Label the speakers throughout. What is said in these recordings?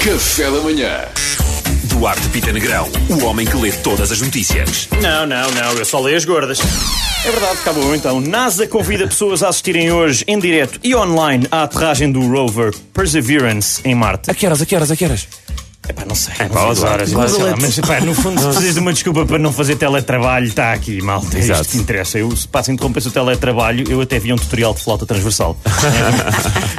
Speaker 1: Café da Manhã.
Speaker 2: Duarte Pita Negrão, o homem que lê todas as notícias.
Speaker 3: Não, não, não, eu só leio as gordas. É verdade, acabou então. NASA convida pessoas a assistirem hoje, em direto e online, à aterragem do rover Perseverance em Marte.
Speaker 4: A que horas, a que horas, a que horas?
Speaker 3: Epá, não sei. É pá, horas. Mas, sei lá, mas epá, no fundo, se precisas de uma desculpa para não fazer teletrabalho, está aqui, malta. Exato. Isto que interessa. Eu, se passa a interromper o teletrabalho, eu até vi um tutorial de flauta transversal.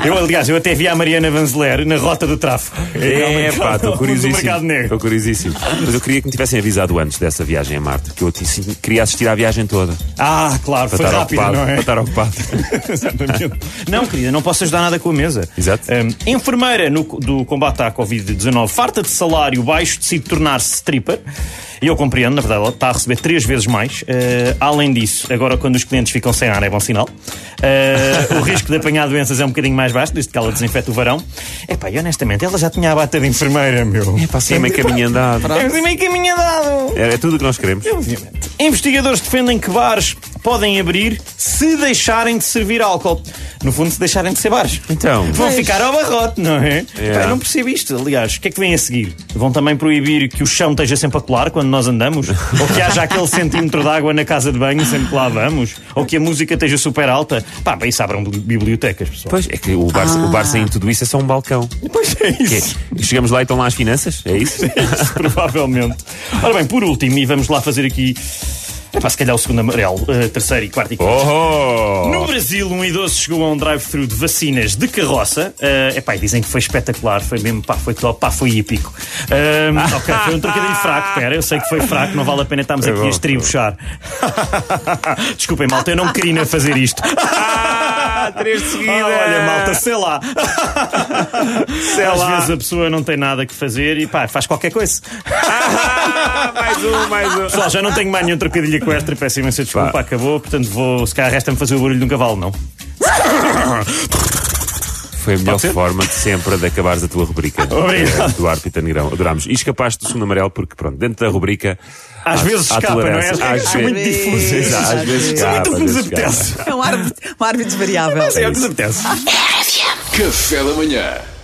Speaker 3: eu, aliás, eu até vi a Mariana Vanzeler na rota do tráfico.
Speaker 4: É, pá, estou
Speaker 3: Do mercado
Speaker 4: curiosíssimo.
Speaker 3: negro.
Speaker 4: Estou curiosíssimo. Mas eu queria que me tivessem avisado antes dessa viagem a Marte, porque eu te- sim, queria assistir à viagem toda.
Speaker 3: Ah, claro,
Speaker 4: Para
Speaker 3: foi
Speaker 4: estar
Speaker 3: rápido,
Speaker 4: ocupado.
Speaker 3: não
Speaker 4: Para
Speaker 3: é?
Speaker 4: estar ocupado.
Speaker 3: Exatamente. Não, querida, não posso ajudar nada com a mesa.
Speaker 4: Exato.
Speaker 3: Hum, enfermeira no- do combate à Covid-19, farta de salário baixo, decide tornar-se stripper. E eu compreendo, na verdade, ela está a receber três vezes mais. Eh, além disso, agora quando os clientes ficam sem ar é bom sinal. Eh, o risco de apanhar doenças é um bocadinho mais baixo, desde que ela desinfeta o varão. Epá, e honestamente, ela já tinha a bata de enfermeira, meu.
Speaker 4: Pá, sim, é meio caminho andado.
Speaker 3: É meio caminho andado.
Speaker 4: É, é tudo o que nós queremos.
Speaker 3: um Obviamente. Investigadores defendem que bares podem abrir se deixarem de servir álcool. No fundo, se deixarem de ser bares.
Speaker 4: Então.
Speaker 3: Vão ficar ao barrote, não é? Pá, eu não percebo isto. Aliás, o que é que vem a seguir? Vão também proibir que o chão esteja sempre a colar quando nós andamos? Ou que haja aquele centímetro de água na casa de banho sempre que lá vamos? Ou que a música esteja super alta? Pá, para isso abram bi- bibliotecas, pessoal.
Speaker 4: Pois, é que o bar, o bar sem tudo isso é só um balcão.
Speaker 3: Pois é
Speaker 4: Que
Speaker 3: isso.
Speaker 4: é, chegamos lá e estão lá as finanças? É isso?
Speaker 3: Isso, provavelmente. Ora bem, por último, e vamos lá fazer aqui. Epá, se calhar o segundo amarelo, eh, terceiro e quarto e quinto.
Speaker 4: Oh!
Speaker 3: No Brasil, um idoso chegou a um drive-thru de vacinas de carroça. É epá, e dizem que foi espetacular, foi mesmo, pá, foi top, pá, foi épico. Ah, ok, foi um trocadilho fraco, pera, eu sei que foi fraco, não vale a pena estarmos aqui
Speaker 4: bom,
Speaker 3: a estribuchar. Desculpem, malta, eu não queria fazer isto.
Speaker 4: Ah, três de seguida!
Speaker 3: Ah, olha, malta, sei lá.
Speaker 4: sei
Speaker 3: Às
Speaker 4: lá.
Speaker 3: vezes a pessoa não tem nada que fazer e pá, faz qualquer coisa.
Speaker 4: Ah, mais um, mais um.
Speaker 3: Pessoal, já não tenho mais nenhum trocadilho com esta, peço imensa desculpa,
Speaker 4: Pá.
Speaker 3: acabou, portanto vou, se calhar resta-me fazer o barulho de um cavalo, não?
Speaker 4: Foi a melhor
Speaker 3: ser?
Speaker 4: forma de sempre de acabares a tua rubrica.
Speaker 3: Obrigado.
Speaker 4: Eh, Duarte Pita Negrão. Adorámos. E escapaste do segundo amarelo porque, pronto, dentro da rubrica...
Speaker 3: Às vezes escapa, não
Speaker 4: tolerância.
Speaker 3: é? As regras
Speaker 4: Às
Speaker 3: são muito
Speaker 4: vezes-
Speaker 3: difusas.
Speaker 4: Exato, Às vezes
Speaker 3: São
Speaker 4: escapa.
Speaker 3: muito
Speaker 4: às
Speaker 3: que nos
Speaker 4: vezes escapa.
Speaker 3: apetece.
Speaker 5: É um árbitro, um árbitro variável.
Speaker 3: É o que nos apetece.
Speaker 1: Café da Manhã.